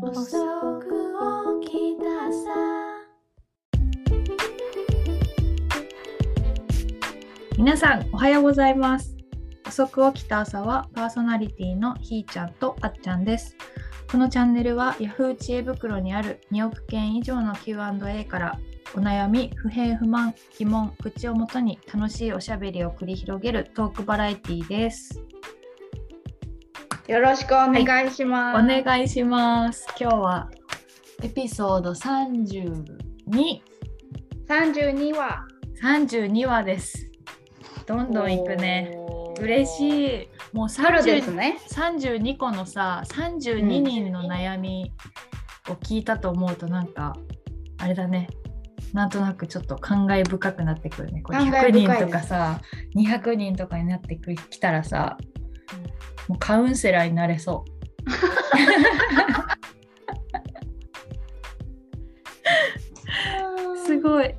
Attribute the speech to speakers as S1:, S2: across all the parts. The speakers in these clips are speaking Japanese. S1: 遅く起きたさ
S2: 皆さんおはようございます遅く起きた朝はパーソナリティのひーちゃんとあっちゃんですこのチャンネルは Yahoo 知恵袋にある2億件以上の Q&A からお悩み、不平不満、疑問、愚痴をもとに楽しいおしゃべりを繰り広げるトークバラエティです
S3: よろしくお願いし
S2: お
S3: ます。
S2: 願いします今日はエピソード32
S3: 三十二話。
S2: 32話ですどんどんいくね
S3: おー。
S2: 嬉
S3: い。
S2: しいもう
S3: 春で
S2: 30
S3: すね。
S2: 32個のさ32
S3: うん
S2: 人の悩みを聞いたと思うとなんか、あれだねなんとなくちょっと感慨深くなってくるねこれ100
S3: 感慨深いね
S2: 人とかさ200人とかになってくきたらさもうカウンセラーになれそうすごい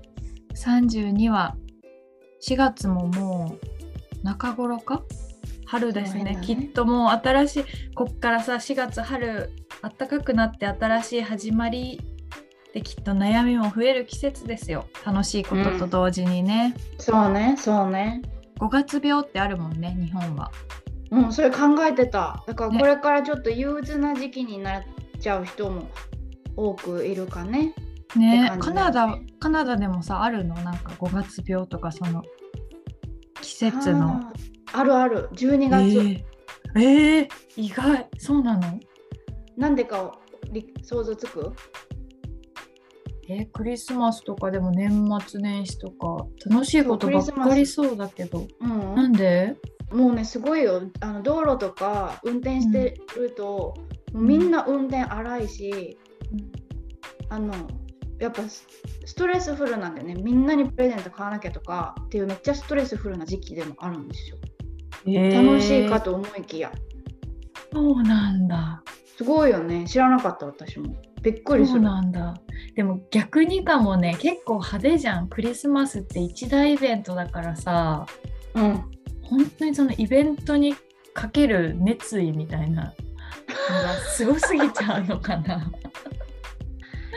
S2: 32は4月ももう中頃か春ですね
S3: そうだね
S2: きっともう新しいこっからさ4月春暖かくなって新しい始まりできっと悩みも増える季節ですよ楽しいことと同時にね、
S3: そうね、そうね。
S2: 5月病ってあるもんね日本は
S3: うん、それ考えてた。だから
S2: ね
S3: これからちょっと憂鬱な時期になっちゃう人も多くいるかね。っ
S2: ね
S3: て感じ
S2: カ
S3: だ
S2: ナ
S3: よ
S2: ダ
S3: ね
S2: カナダでもさあるのなんか5月病とかその季節の
S3: あー。あるある。十二月、
S2: えーえー意外そうなの
S3: なんでかをり想像つく？
S2: えークリスマスとかでも年末年始とか楽しいことばっかりそうだけど
S3: うん。
S2: なんで
S3: もうねすごいよあの道路とか運転してると、もうみんな運転荒いし、あのやっぱスストレスフルなんだよねみんなにプレゼント買わなきゃとかっていうめっちゃストレスフルな時期でもあるんですよ、楽しいかと思いきや
S2: そうなんだ
S3: すごいよね知らなかった私もびっくりす
S2: そう
S3: る
S2: なんだでも逆にかもね結構派手じゃんクリスマスって一大イベントだからさ
S3: うん
S2: 本当にそのイベントにかける熱意みたいなのがすごすぎちゃうのかな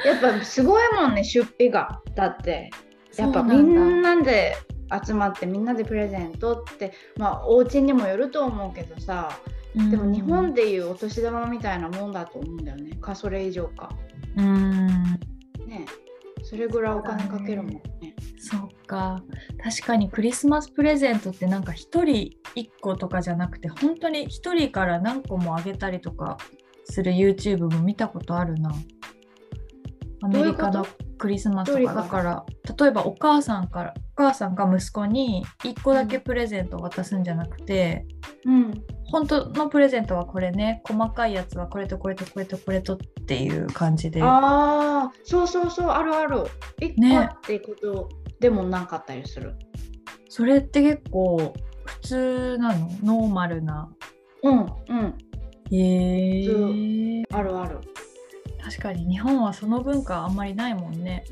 S3: やっぱすごいもんね出費がだって やっぱ
S2: そう
S3: み
S2: だ
S3: んなで集まってみんなでプレゼントってまあお家にもよると思うけどさ
S2: うん
S3: でも日本でいうお年玉みたいなもんだと思うんだよね。かそれ以上か。
S2: うん
S3: ねえそれぐらいお金かけるもんね。
S2: そっか確かにクリスマスプレゼントってなんか1人1個とかじゃなくて本当に1人から何個もあげたりとかする YouTube も見たことあるなアメリカの
S3: どういうこ
S2: クリスマスと
S3: 一
S2: か
S3: 人か
S2: だ
S3: ら
S2: から例えばお母さんからお母さんが息子に1個だけプレゼントを渡すんじゃなくて、
S3: うん。
S2: 本当のプレゼントはこれね細かいやつはこれとこれとこれとこれとっていう感じで
S3: ああ、そうそうそう、あるある。一個
S2: ね
S3: ってことでもなかったりする。
S2: それって結構普通なのノーマルな
S3: うんうん、
S2: へえ
S3: あるある。
S2: 確かに日本はその文化あんまりないもんね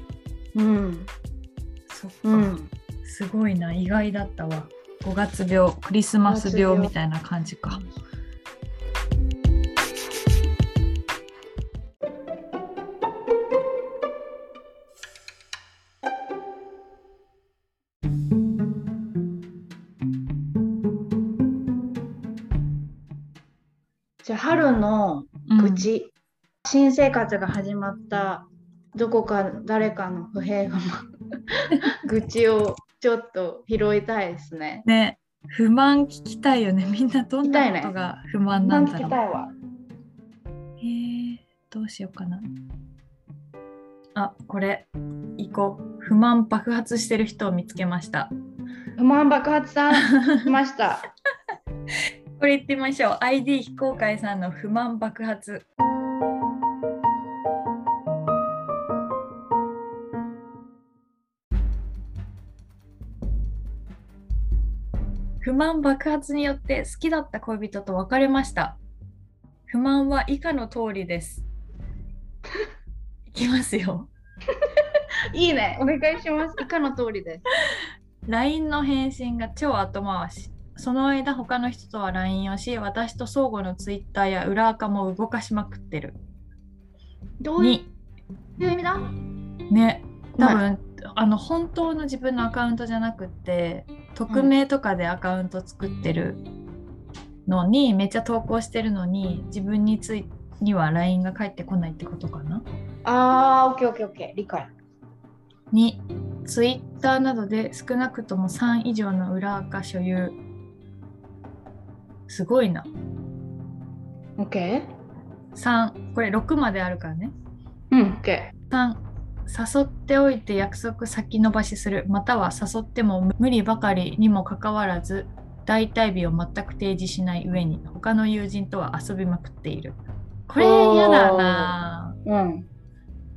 S3: うん
S2: そっか、
S3: うん。
S2: すごいな意外だったわ5月病クリスマス病みたいな感じか
S3: じゃあ春の愚痴、新生活が始まったどこか誰かの不平 不満愚痴をちょっと拾いたいですね。
S2: うんね不満聞きたいよね みんなどんなこ
S3: 聞きた
S2: と
S3: いね
S2: が不満なんだ
S3: 聞
S2: ろ
S3: き
S2: う、
S3: たいわ。
S2: へえどうしようかなあこれ行こう不満爆発してる人を見つけました
S3: 不満爆発さん来ました。
S2: これ言ってみましょう ID 非公開さんの不満爆発不満爆発によって好きだった恋人と別れました不満は以下の通りですいきますよ
S3: いいね。お願いします。以下の通りです。
S2: LINE の返信が超後回しその間他の人とは LINE をし私と相互の Twitter や裏垢も動かしまくってる
S3: どういう
S2: に
S3: どういう意味だ
S2: ね多分、あの本当の自分のアカウントじゃなくて匿名とかでアカウント作ってるのに、めっちゃ投稿してるのに自分についには LINE が返ってこないってことかな
S3: ああ、オッケーオッケーオッケー、理解。
S2: 2 Twitter などで少なくとも3以上の裏垢所有すごいな
S3: オッケ
S2: 3これ6まであるからね
S3: ーうん、オッケ
S2: 3誘っておいて約束先延ばしするまたは誘っても無理ばかりにもかかわらず代替日を全く提示しない上に他の友人とは遊びまくっているこれ嫌だな
S3: ー。うん、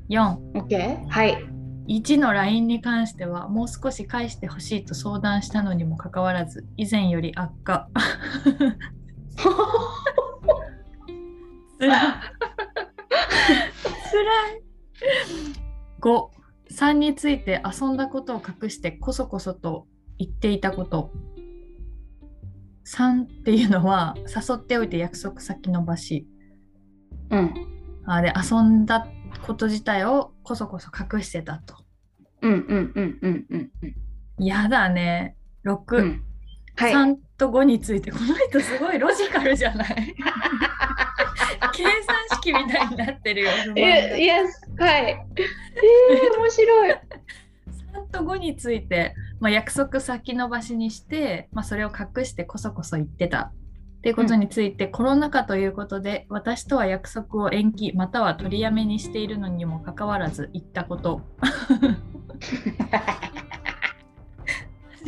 S2: 41
S3: オッケーはい。
S2: の LINE に関してはもう少し返してほしいと相談したのにもかかわらず以前より悪化つらいつらい5 3について遊んだことを隠してこそこそと言っていたこと3っていうのは誘っておいて約束先延ばし
S3: うん、
S2: あで遊んだこと自体をこそこそ隠してたと
S3: うん、うん、うん、うん、うん、
S2: やだね6、
S3: うん。はい。
S2: 3と5についてこの人すごいロジカルじゃない 計算式みたいになってるよ不満が
S3: え、イエス、はい。えー、面白い。
S2: 3と5について、まあ、約束先延ばしにして、まあ、それを隠してこそこそ言ってたっていうことについて、コロナ禍ということで私とは約束を延期または取りやめにしているのにもかかわらず言ったこと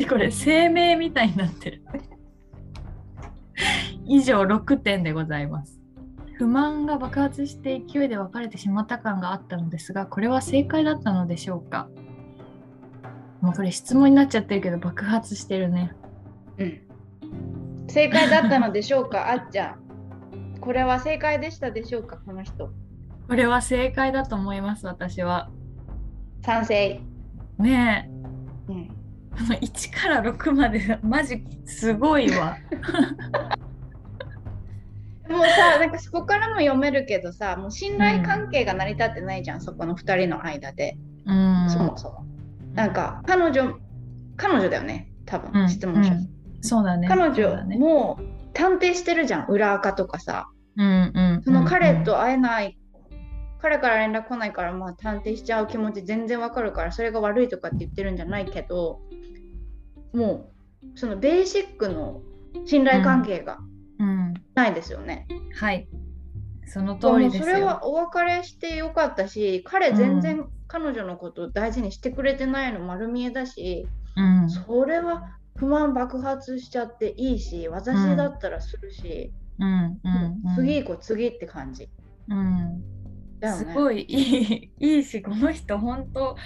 S2: これ声明みたいになってる以上6点でございます不満が爆発して勢いで別れてしまった感があったのですがこれは正解だったのでしょうかもうこれ質問になっちゃってるけど爆発してるね。
S3: うん。正解だったのでしょうか、あっちゃん。これは正解でしたでしょうか、この人。
S2: これは正解だと思います私は。
S3: 賛成。
S2: ね
S3: うん。
S2: えこの1から6までマジすごいわ。
S3: もうさ、 なんかそこからも読めるけどさ、もう信頼関係が成り立ってないじゃん、そこの2人の間で、
S2: うん。
S3: そもそも。なんか、彼女、彼女だよね、多分、
S2: うん
S3: 質問者。
S2: うんそうだね。
S3: 彼
S2: そうだ
S3: 女、
S2: ね。
S3: もう探偵してるじゃん、裏垢とかさ。
S2: うんうんうん
S3: その彼。と会えない、彼から連絡来ないから、まあ探偵しちゃう気持ち全然わかるから、それが悪いとかって言ってるんじゃないけど、もう、そのベーシックの信頼関係が
S2: うん。
S3: ないですよね。
S2: はい。その通りですよ。
S3: もうそれはお別れしてよかったし、彼全然彼女のことを大事にしてくれてないの丸見えだし、
S2: うん。
S3: それは不満爆発しちゃっていいし、私だったらするし、
S2: うんうんうん。
S3: 次。以降次って感じ。
S2: うん。
S3: だよね。
S2: すごいいい いいしこの人本当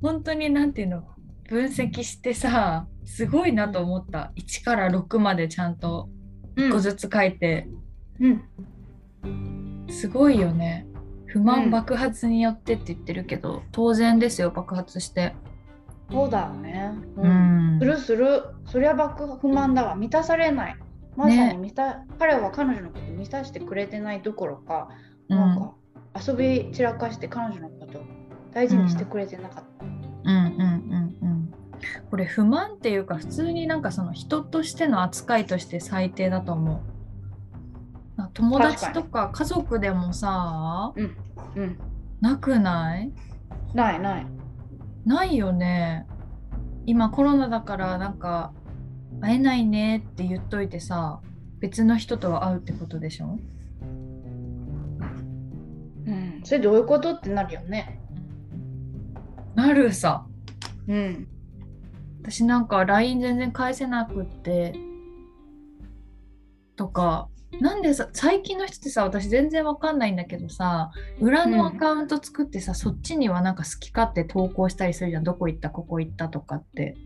S2: 本当になんていうの分析してさすごいなと思った1から6までちゃんと
S3: う
S2: 1個
S3: ん
S2: ずつ書いて、
S3: うん
S2: すごいよね不
S3: う
S2: 満
S3: ん
S2: 爆発によってって言ってるけど、当然ですよ爆発して
S3: そうだよね。
S2: う
S3: うん。
S2: ん、
S3: するする。そりゃ爆不満だわ。満たされない。まさに満た、彼は彼女のこと満たしてくれてないどころか、
S2: うん
S3: なんか遊び散らかして彼女のこと大事にしてくれてなかった。
S2: うんうんうんうんこれ不満っていうか普通になんかその人としての扱いとして最低だと思うな友達とか家族でもさ
S3: うん。うん。
S2: なくない
S3: ないない。
S2: ないよね今コロナだからなんか会えないねって言っといてさ別の人とは会うってことでしょ
S3: うん。それどういうことってなるよね。
S2: なるさ
S3: うん。
S2: 私なんか LINE 全然返せなくってとかなんでさ最近の人ってさ私全然わかんないんだけどさ裏のアカウント作ってさ、そっちにはなんか好き勝手投稿したりするじゃんどこ行ったここ行ったとかって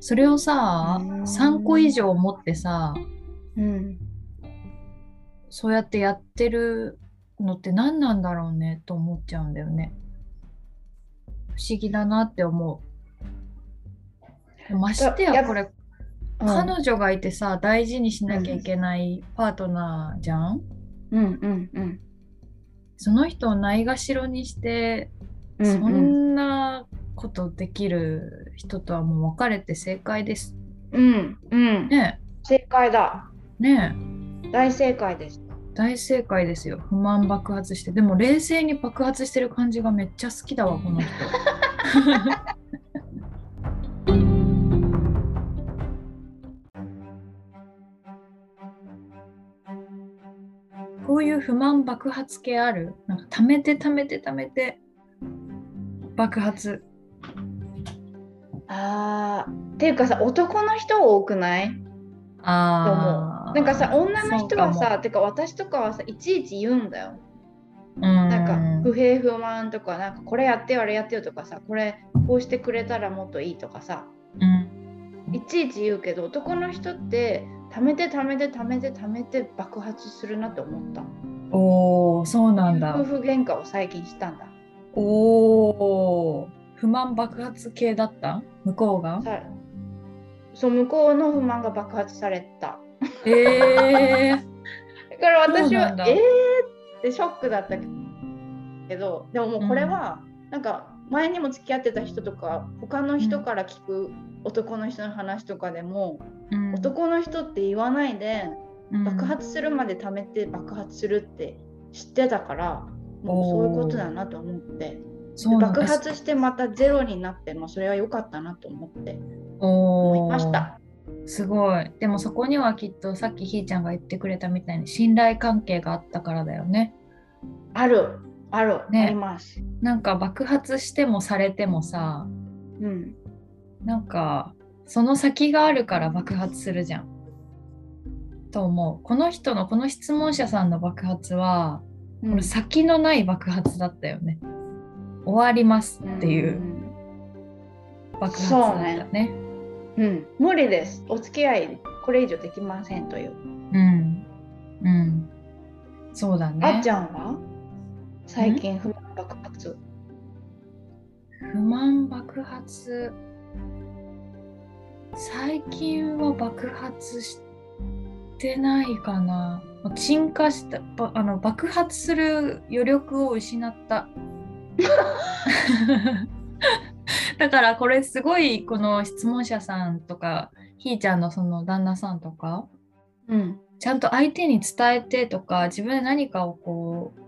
S2: それをさ
S3: うん
S2: 3個以上持ってさ
S3: うん。
S2: そうやってやってるのって何なんだろうねと思っちゃうんだよね。不思議だなって思う。まして
S3: や
S2: や
S3: っ
S2: これ、
S3: うん
S2: 彼女がいてさ大事にしなきゃいけないパートナーじゃん、
S3: うんうんうん。
S2: その人をないがしろにして、
S3: うん
S2: そ
S3: うん
S2: んなことできる人とはもう別れて正解です。
S3: うんうん
S2: ね
S3: 正解だ
S2: えね
S3: 大正解です
S2: え大正解ですよ不満爆発してでも冷静に爆発してる感じがめっちゃ好きだわこの人。 こういう不満爆発系あるなんか溜めて溜めて溜めて爆発。
S3: あーっていうかさ男の人多くない
S2: あー
S3: なんかさ女の人は
S2: そうか
S3: さ
S2: も
S3: てか私とかはさいちいち言うんだよ
S2: う
S3: なんか
S2: ん
S3: 不平不満とかなんかこれやってよあれやってよとかさこれこうしてくれたらもっといいとかさ
S2: うん
S3: いちいち言うけど男の人って貯めて貯めて貯めて貯めて爆発するなと思った
S2: おおそうなんだ
S3: 夫。婦喧嘩を最近したんだ
S2: おお不満爆発系だった向こうが
S3: さそう向こうの不満が爆発された
S2: ええ
S3: だから
S2: そ
S3: 私
S2: うな
S3: は
S2: んだ
S3: えーってショックだったけどでももうこれは、なんか前にも付き合ってた人とか他の人から聞く男の人の話とかでも、
S2: うん
S3: 男の人って言わないで
S2: うん
S3: 爆発するまで貯めて爆発するって知ってたから、もうそういうことだなと思って
S2: そうなん
S3: 爆
S2: です
S3: 発してまたゼロになって、まあ、それは良かったなと思って
S2: お
S3: 思い
S2: ー
S3: ました。
S2: すごいでもそこにはきっとさっきひーちゃんが言ってくれたみたいに信頼関係があったからだよね
S3: あるある、
S2: ね
S3: あります。
S2: なんか爆発してもされてもさ
S3: うん、
S2: なんかその先があるから爆発するじゃん。と思うこの人のこの質問者さんの爆発は、これ先のない爆発だったよね。終わりますっていうん爆発だったね。
S3: うん、無理です。お付き合いこれ以上できませんという。
S2: うん、うん、そうだ
S3: あっ
S2: ね
S3: ち。ゃんは最近不満爆発。
S2: 不満爆発最近は爆発してないかなもう沈下したばあの爆発する余力を失った だからこれすごいこの質問者さんとかひーちゃんのその旦那さんとか
S3: うん。
S2: ちゃんと相手に伝えてとか自分で何かをこう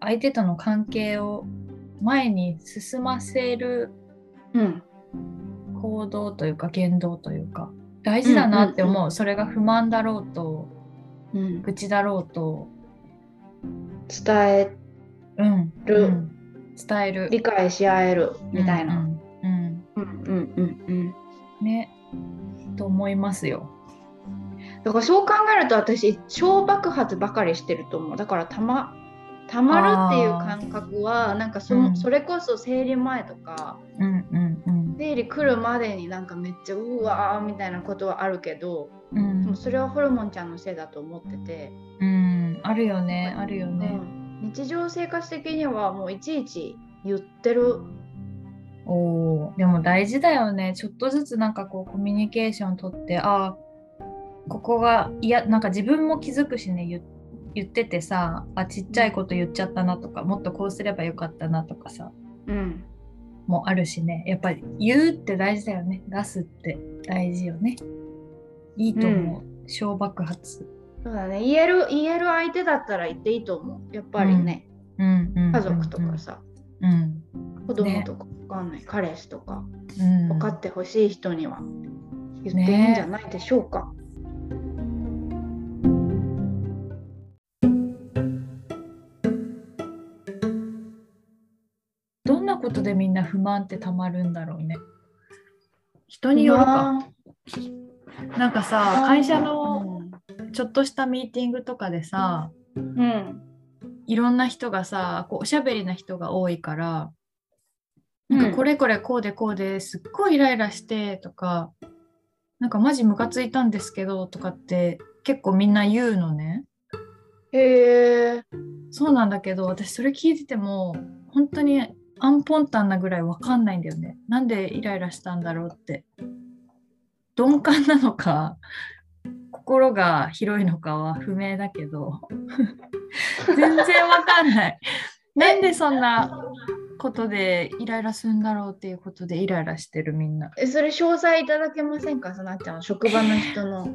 S2: 相手との関係を前に進ませる
S3: うん。
S2: 行動というか言動というか大事だなって思う,、
S3: うん
S2: それが不満だろうと
S3: うん、
S2: 愚痴だろうと、
S3: 伝え
S2: うん
S3: る
S2: うん伝える
S3: 理解し合えるみたいな。
S2: うんうん
S3: うんうんうん
S2: うんねと思いますよ。
S3: うん。だからそう考えると私小爆発ばかりしてると思う。だからたまたまるっていう感覚はなんかそ,、
S2: うん
S3: それこそ生理前とか
S2: うんうん
S3: 生理来るまでになんかめっちゃうわーみたいなことはあるけど。
S2: うんう
S3: でも
S2: ん
S3: それはホルモンちゃんのせいだと思ってて、
S2: うんあるよねあるよ
S3: う
S2: ね。
S3: ん日常生活的にはもういちいち言ってる
S2: おーでも大事だよねちょっとずつなんかこうコミュニケーション取ってああここがいやなんか自分も気づくしね言言っててさあちっちゃいこと言っちゃったなとかもっとこうすればよかったなとかさ
S3: うん
S2: もあるしねやっぱり言うって大事だよね出すって大事よねいいと思う、小爆発
S3: そうだね言える言える相手だったら言っていいと思うやっぱりね、
S2: うんうんうんうん
S3: 家族とかさ、
S2: うん
S3: 子供とかわかんない、彼氏とか
S2: うん
S3: 分かってほしい人には言っていいんじゃないでしょうか、
S2: どんなことでみんな不満ってたまるんだろうね人によるか
S3: ま
S2: なんかさ
S3: あ
S2: 会社のちょっとしたミーティングとかでさ
S3: うん、うん
S2: いろんな人がさこうおしゃべりな人が多いから
S3: うん
S2: なんかこれこれこうでこうですっごいイライラしてとかなんかマジムカついたんですけどとかって結構みんな言うのね
S3: へえ
S2: そうなんだけど私それ聞いてても本当にアンポンタンなぐらいわかんないんだよねなんでイライラしたんだろうって鈍感なのか心が広いのかは不明だけど 全然わかんない。なんでそんなことでイライラするんだろうっていうことでイライラしてるみんな。
S3: えそれ詳細いただけませんかそなっちゃんの職場の人の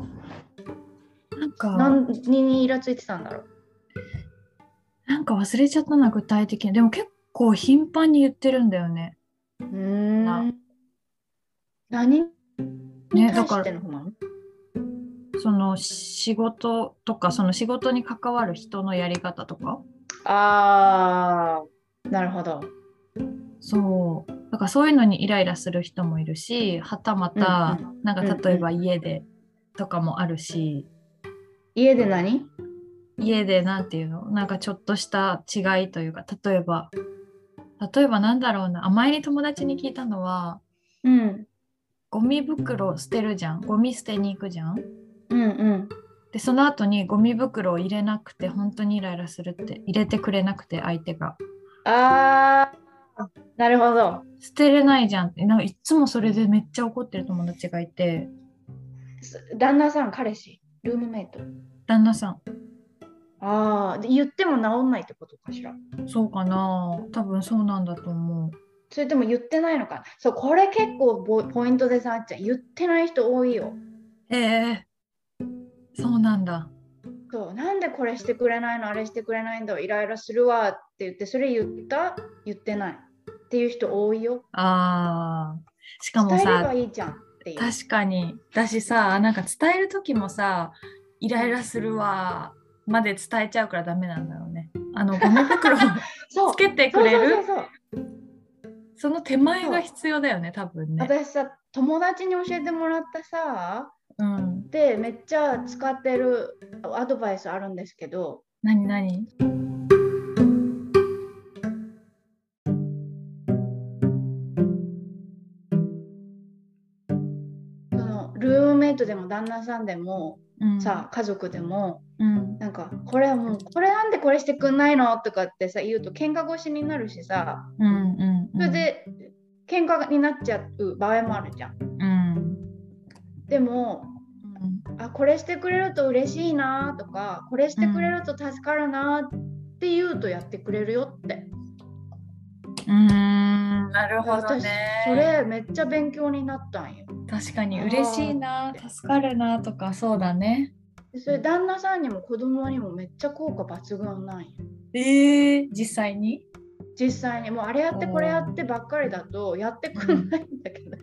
S2: なんか
S3: 何にイラついてたんだろう
S2: なんか忘れちゃったな具体的にでも結構頻繁に言ってるんだよね。
S3: うーん
S2: あ
S3: 何に
S2: ね
S3: 対しての不満、
S2: その仕事とかその仕事に関わる人のやり方とか
S3: あーなるほど
S2: そうだからそういうのにイライラする人もいるしはたまた、
S3: うん
S2: なんか例えば家でとかもあるし、
S3: 家で何
S2: 家でなんていうのなんかちょっとした違いというか例えば例えばなんだろうなあ前に友達に聞いたのは
S3: うん
S2: ゴミ袋捨てるじゃんゴミ捨てに行くじゃん
S3: うんうん
S2: でその後にゴミ袋を入れなくて本当にイライラするって入れてくれなくて相手が
S3: あーなるほど
S2: 捨てれないじゃんってなんかいっつもそれでめっちゃ怒ってる友達がいて
S3: す旦那さん彼氏ルームメイト
S2: 旦那さん
S3: ああ言っても治んないってことかしら
S2: そうかな多分そうなんだと思う
S3: それとも言ってないのかなそうこれ結構ポポイントでさあっちゃん言ってない人多いよ
S2: ええそうなんだ
S3: そうなんでこれしてくれないのあれしてくれないんだイライラするわって言ってそれ言った言ってないっていう人多いよ
S2: あーしかも
S3: 伝えれ
S2: さ
S3: ばいいじゃんっていう
S2: 確かに私さなんか伝える時もさイライラするわまで伝えちゃうからダメなんだろうねあのゴミ袋を
S3: そう
S2: つけて
S3: そ
S2: く
S3: う
S2: れ
S3: そう
S2: る
S3: そうそう
S2: その手前が必要だよね多分ね、
S3: 私さ友達に教えてもらったさ
S2: うん、
S3: でめっちゃ使ってるアドバイスあるんですけど
S2: 何何
S3: そのルームメイトでも旦那さんでも
S2: うん
S3: さ家族でも
S2: うん
S3: なんかこれはもうこれなんでこれしてくんないのとかってさ言うと喧嘩腰になるしさ
S2: うんうんうん
S3: それで喧嘩になっちゃう場合もあるじゃん。
S2: うん
S3: でも
S2: うん
S3: あこれしてくれると嬉しいなとかこれしてくれると助かるなって言うとやってくれるよって、
S2: うーんなるほど
S3: 私
S2: ね
S3: それめっちゃ勉強になったんよ。
S2: 確かに嬉しいな助かるなとかそうだね
S3: でそれ旦那さんにも子供にもめっちゃ効果抜群なんよ。
S2: えー、実際に
S3: 実際にもうあれやってこれやってばっかりだとやってくんないんだけど。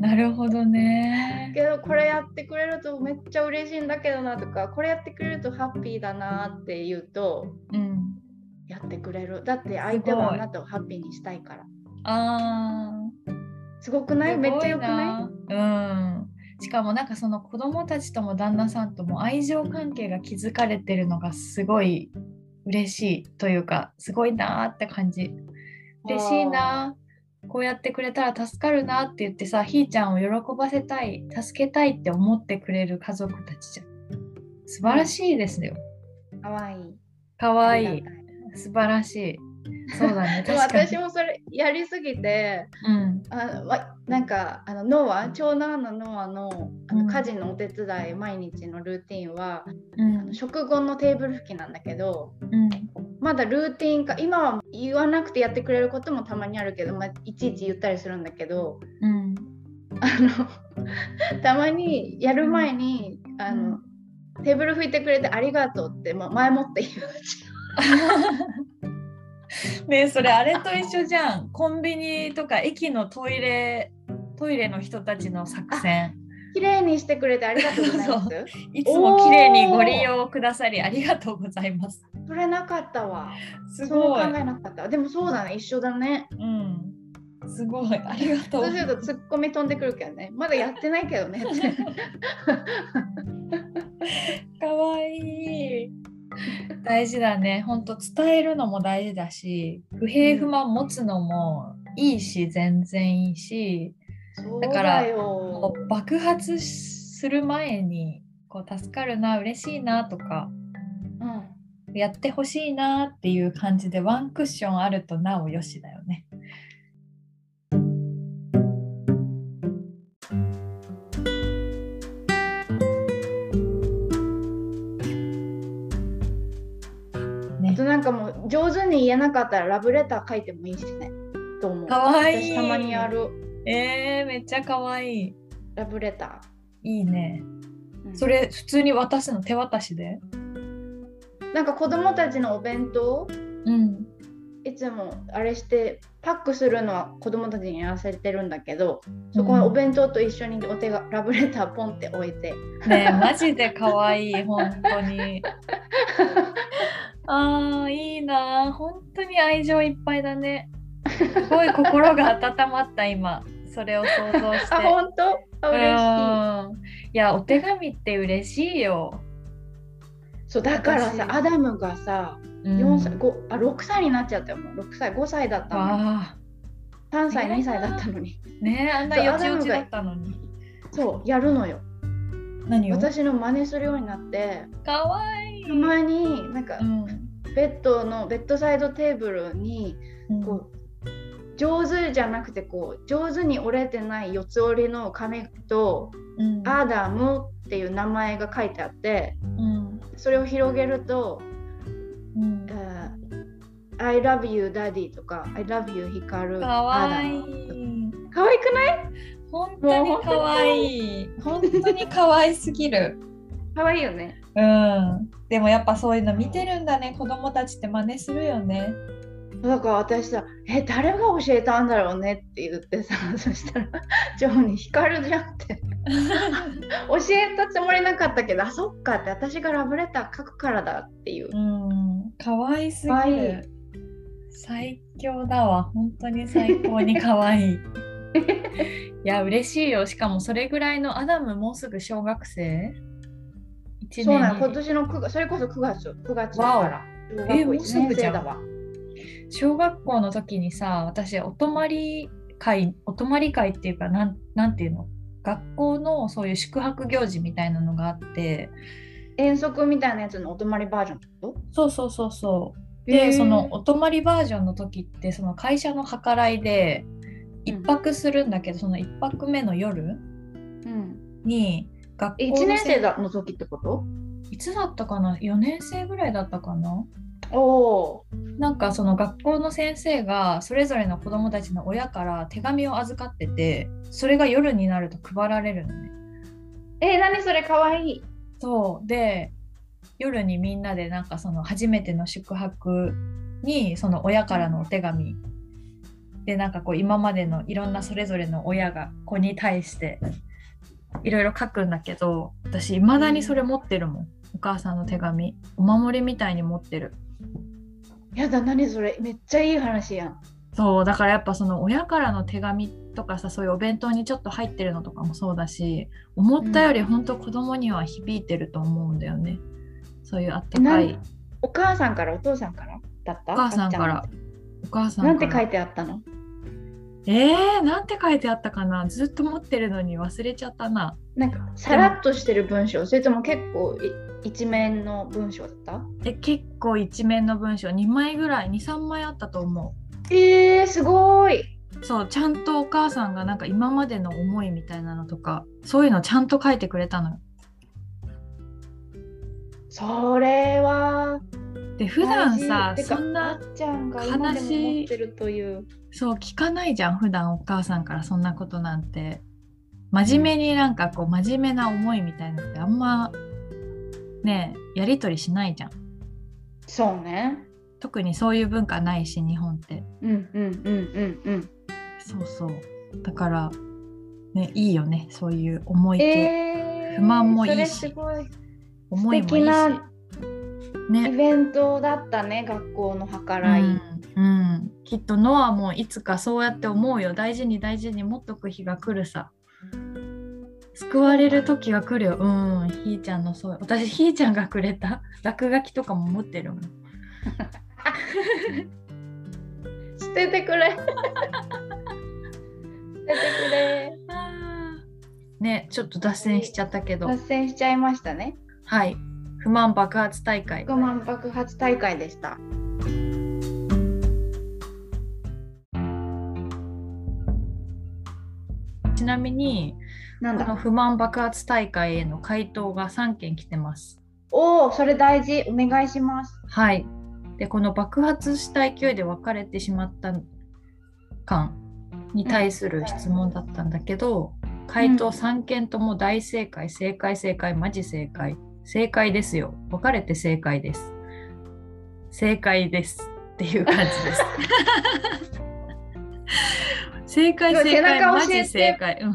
S2: なるほどね
S3: けどこれやってくれるとめっちゃ嬉しいんだけどなとかこれやってくれるとハッピーだなって言うと
S2: うん
S3: やってくれるだって相手はあなたをハッピーにしたいから
S2: あー
S3: すごくない
S2: すご
S3: めっちゃよくない
S2: いうんしかもなんかその子供たちとも旦那さんとも愛情関係が築かれてるのがすごい嬉しいというかすごいなーって感じ嬉しいなーこうやってくれたら助かるなって言ってさひーちゃんを喜ばせたい助けたいって思ってくれる家族たちじゃん素晴らしいですよ
S3: かわいい
S2: かわ
S3: あ
S2: い
S3: り
S2: い
S3: がた
S2: 素晴らしいそうだね
S3: でも
S2: 確かに
S3: 私もそれやりすぎて
S2: うん
S3: あのわなんかあのノア長男のノアのあ
S2: う
S3: の
S2: ん
S3: 家事のお手伝い毎日のルーティンは、
S2: う
S3: あの
S2: ん
S3: 食後のテーブル付近なんだけど
S2: うん
S3: まだルーティンか今は言わなくてやってくれることもたまにあるけど、まあ、いちいち言ったりするんだけど
S2: うん
S3: あのたまにやる前にあの、テーブル拭いてくれてありがとうって、まあ、前もって言う
S2: ねえそれあれと一緒じゃんコンビニとか駅のトイレトイレの人たちの作戦
S3: 綺麗にしてくれてありがとうございますそ
S2: いつも綺麗にご利用くださりありがとうございます
S3: れなかったわ
S2: す
S3: その
S2: ご
S3: 考
S2: い
S3: えなかったでもそうだね一緒だね
S2: うんすごいありがと
S3: そううするとツッコミ飛んでくるけどねまだやってないけ どねって
S2: かわいい大事だねほんと伝えるのも大事だし不平不満持つのもいいし全然いいし
S3: そう
S2: だから
S3: だ
S2: も
S3: よ
S2: う爆発する前にこう助かるな嬉しいなとか
S3: うん
S2: やってほしいなっていう感じでワンクッションあるとなおよしだよね。
S3: となんかもう上手に言えなかったらラブレター書いてもいいしねと思う
S2: かわいい
S3: 私たまにやる
S2: えー、めっちゃ可愛い
S3: ラブレタ
S2: いいね
S3: ー、うん
S2: それ普通に渡すの手渡しで
S3: なんか子供たちのお弁当
S2: うん
S3: いつもあれしてパックするのは子供たちにやらせてるんだけどそこにお弁当と一緒にお手が ラブレターポンって置いて
S2: ねえマジで可愛い本当に あーいいなあ本当に愛情いっぱいだねすごい心が温まった今それを想像して
S3: あ本当あ嬉し
S2: うんいやお手紙って嬉しいよ、
S3: いそうだからさ
S2: 私
S3: アダムがさ
S2: うん
S3: 4歳、ごあ6歳になっちゃったよもう6歳5歳だったのに
S2: あ
S3: 3歳
S2: えー
S3: 2歳だったのに
S2: ーねえあんな
S3: そう
S2: よちよち
S3: アダムが
S2: だったのに
S3: そうやるのよ
S2: 何を
S3: 私の真似するようになって
S2: 可愛い
S3: たまになんか
S2: うん
S3: ベッドのベッドサイドテーブルに
S2: うん
S3: こう上手じゃなくてこう上手に折れてない四つ折りの紙と
S2: うん
S3: 「アダム」っていう名前が書いてあって
S2: うん
S3: それを広げると
S2: うん
S3: 「あー I love you daddy」とか「I love you ヒカル」
S2: かわい
S3: アダ
S2: い
S3: ムかわいくない
S2: 本当に可愛い本当に可愛すぎる
S3: かわいいよね
S2: うんでもやっぱそういうの見てるんだね子供たちって真似するよね
S3: だから私さ「え誰が教えたんだろうね」って言ってさ そしたら「ジョーにヒカルじゃん」 って教えたつもりなかったけど「あそっか」って私がラブレター書くからだっていう
S2: うん可愛す
S3: 可
S2: ぎ
S3: 愛い
S2: る最強だわ本当に最高に可愛い いや嬉しいよしかもそれぐらいのアダムもうすぐ小学生1
S3: そうなの
S2: 年
S3: 今
S2: に
S3: 年の9月それこそ9月9月だ
S2: わお
S3: から中学校
S2: えもうすぐ
S3: 一年
S2: じゃ
S3: 生
S2: ん
S3: だわ
S2: 小学校の時にさ私お泊まり会お泊まり会っていうかなんなんていうの学校のそういう宿泊行事みたいなのがあって
S3: 遠足みたいなやつのお泊まりバージョンってこ
S2: そうそうそうそう
S3: と
S2: でそのお泊まりバージョンの時ってその会社の計らいで
S3: うん
S2: 一泊するんだけど、その一泊目の夜
S3: うん、
S2: に学校の
S3: 1年生だの時ってこと
S2: いつだったかな4年生ぐらいだったかな
S3: おお
S2: なんかその学校の先生がそれぞれの子どもたちの親から手紙を預かっててそれが夜になると配られるのね。
S3: ーえー、何それかわいい
S2: そうで夜にみんなでなんかその初めての宿泊にその親からのお手紙でなんかこう今までのいろんなそれぞれの親が子に対していろいろ書くんだけど私いまだにそれ持ってるもんお母さんの手紙お守りみたいに持ってる
S3: やだ何それめっちゃいい話やん
S2: そうだからやっぱその親からの手紙とかさそういうお弁当にちょっと入ってるのとかもそうだし思ったより本当子供には響いてると思うんだよね、そういうあったかい
S3: なんお母さんからお父さんからだった
S2: お母さんから
S3: あっち。
S2: お母
S3: ゃ
S2: さ
S3: んなん
S2: ん
S3: て
S2: か
S3: 書
S2: ら。
S3: いてあったの
S2: えー、なんて書いてあったかなずっと持ってるのに忘れちゃったな。
S3: なんかさらっとしてる文章それとも結構い一面の文章だった
S2: え、結構一面の文章2枚ぐらい、2、3枚あったと思。
S3: えー、すごーいう
S2: そう、ちゃんとお母さんがなんか今までの思いみたいなのとか、そういうのちゃんと書いてくれたのよ。
S3: それは
S2: で、普段さ
S3: 大、事てか
S2: そん
S3: あ
S2: な、
S3: っちゃんが今でも持ってるという
S2: そう、聞かないじゃん、普段お母さんからそんなことなんて。真面目になんかこう、真面目な思いみたいなのってあんま、ねえ、やりとりしないじゃん。
S3: そうね
S2: 特にそういう文化ないし、日本って。
S3: うんうんうんうん
S2: そうそう。だから、ね、いいよね、そういう思
S3: う
S2: い
S3: ん
S2: 系、
S3: えー、
S2: 不満もいいし
S3: それすごい
S2: 思いもいいし。
S3: 素イ
S2: ね、
S3: ベントだったね学校の計
S2: う
S3: らい、
S2: ん、うん、きっとノアもいつかそうやって思うよ。大事に大事に持っとく日が来るさ。救われる時が来るよ。うん、ひーちゃんのそう。私、ひーちゃんがくれた 落書きとかも持ってるもん。
S3: 捨ててくれ捨ててくれ
S2: ね、ちょっと脱線しちゃったけど、
S3: 脱線しちゃいましたね。
S2: はい。不満爆発大会。
S3: 5万爆発大会でした。
S2: ちなみに、
S3: なん
S2: この
S3: だ。
S2: 不満爆発大会への回答が3件来てます。
S3: おお、それ大事。お願いします。
S2: はい。でこの爆発した勢いで別れてしまった感に対する質問だったんだけど、回答3件とも大正解正解正解マジ正解正解ですよ別れて正解です正解ですっていう感じです 正解正
S3: 背
S2: 解
S3: 中
S2: マ
S3: 教えて
S2: ジ正解う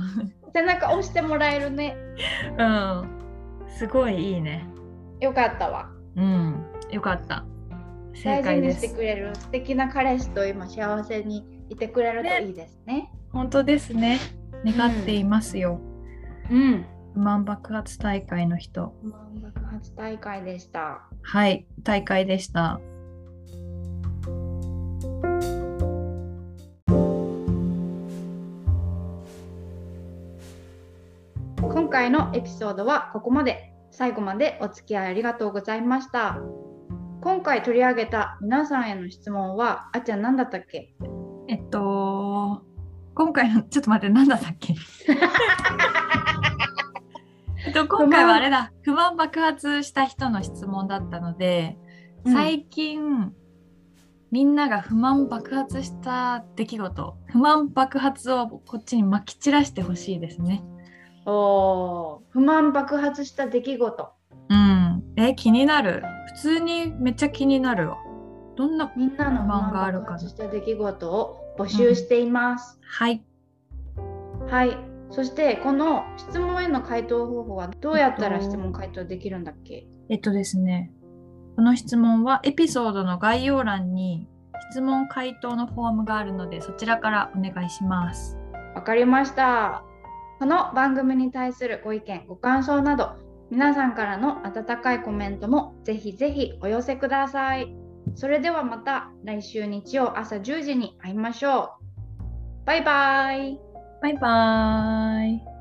S2: ん
S3: 背中押してもらえるね。
S2: うんすごいいいね
S3: よかったわ。
S2: うんよかった正
S3: 大事
S2: 解
S3: に
S2: で
S3: して
S2: す
S3: くれる素敵な彼氏と今幸せにいてくれるといいですね。
S2: 本当ですね願っていますよ、
S3: うん。
S2: 不満爆発大会の人
S3: 爆発大会でした。
S2: はい大会でした
S3: 今回のエピソードはここまで。最後までお付き合いありがとうございました。今回取り上げた皆さんへの質問は、あっちゃん何だったっけ
S2: えっと今回のちょっと待って何だったっ けえっと今回はあれだ不満爆発した人の質問だったので、最近みんなが不満爆発した出来事不満爆発をこっちにまき散らしてほしいですね。
S3: おー不満爆発した出来事。
S2: うん、え気になる普通にめっちゃ気になるわ。どんな
S3: みんなの不満
S2: 不満があるか
S3: 爆
S2: な
S3: 発した出来事を募集しています。
S2: はい
S3: はい。そしてこの質問への回答方法はどうやったら質問回答できるんだっけ？
S2: えっとですね、この質問はエピソードの概要欄に質問回答のフォームがあるのでそちらからお願いします。
S3: わかりました。この番組に対するご意見、ご感想など、皆さんからの温かいコメントもぜひぜひお寄せください。それではまた来週日曜朝10時に会いましょう。バイバイ。
S2: バイバーイ。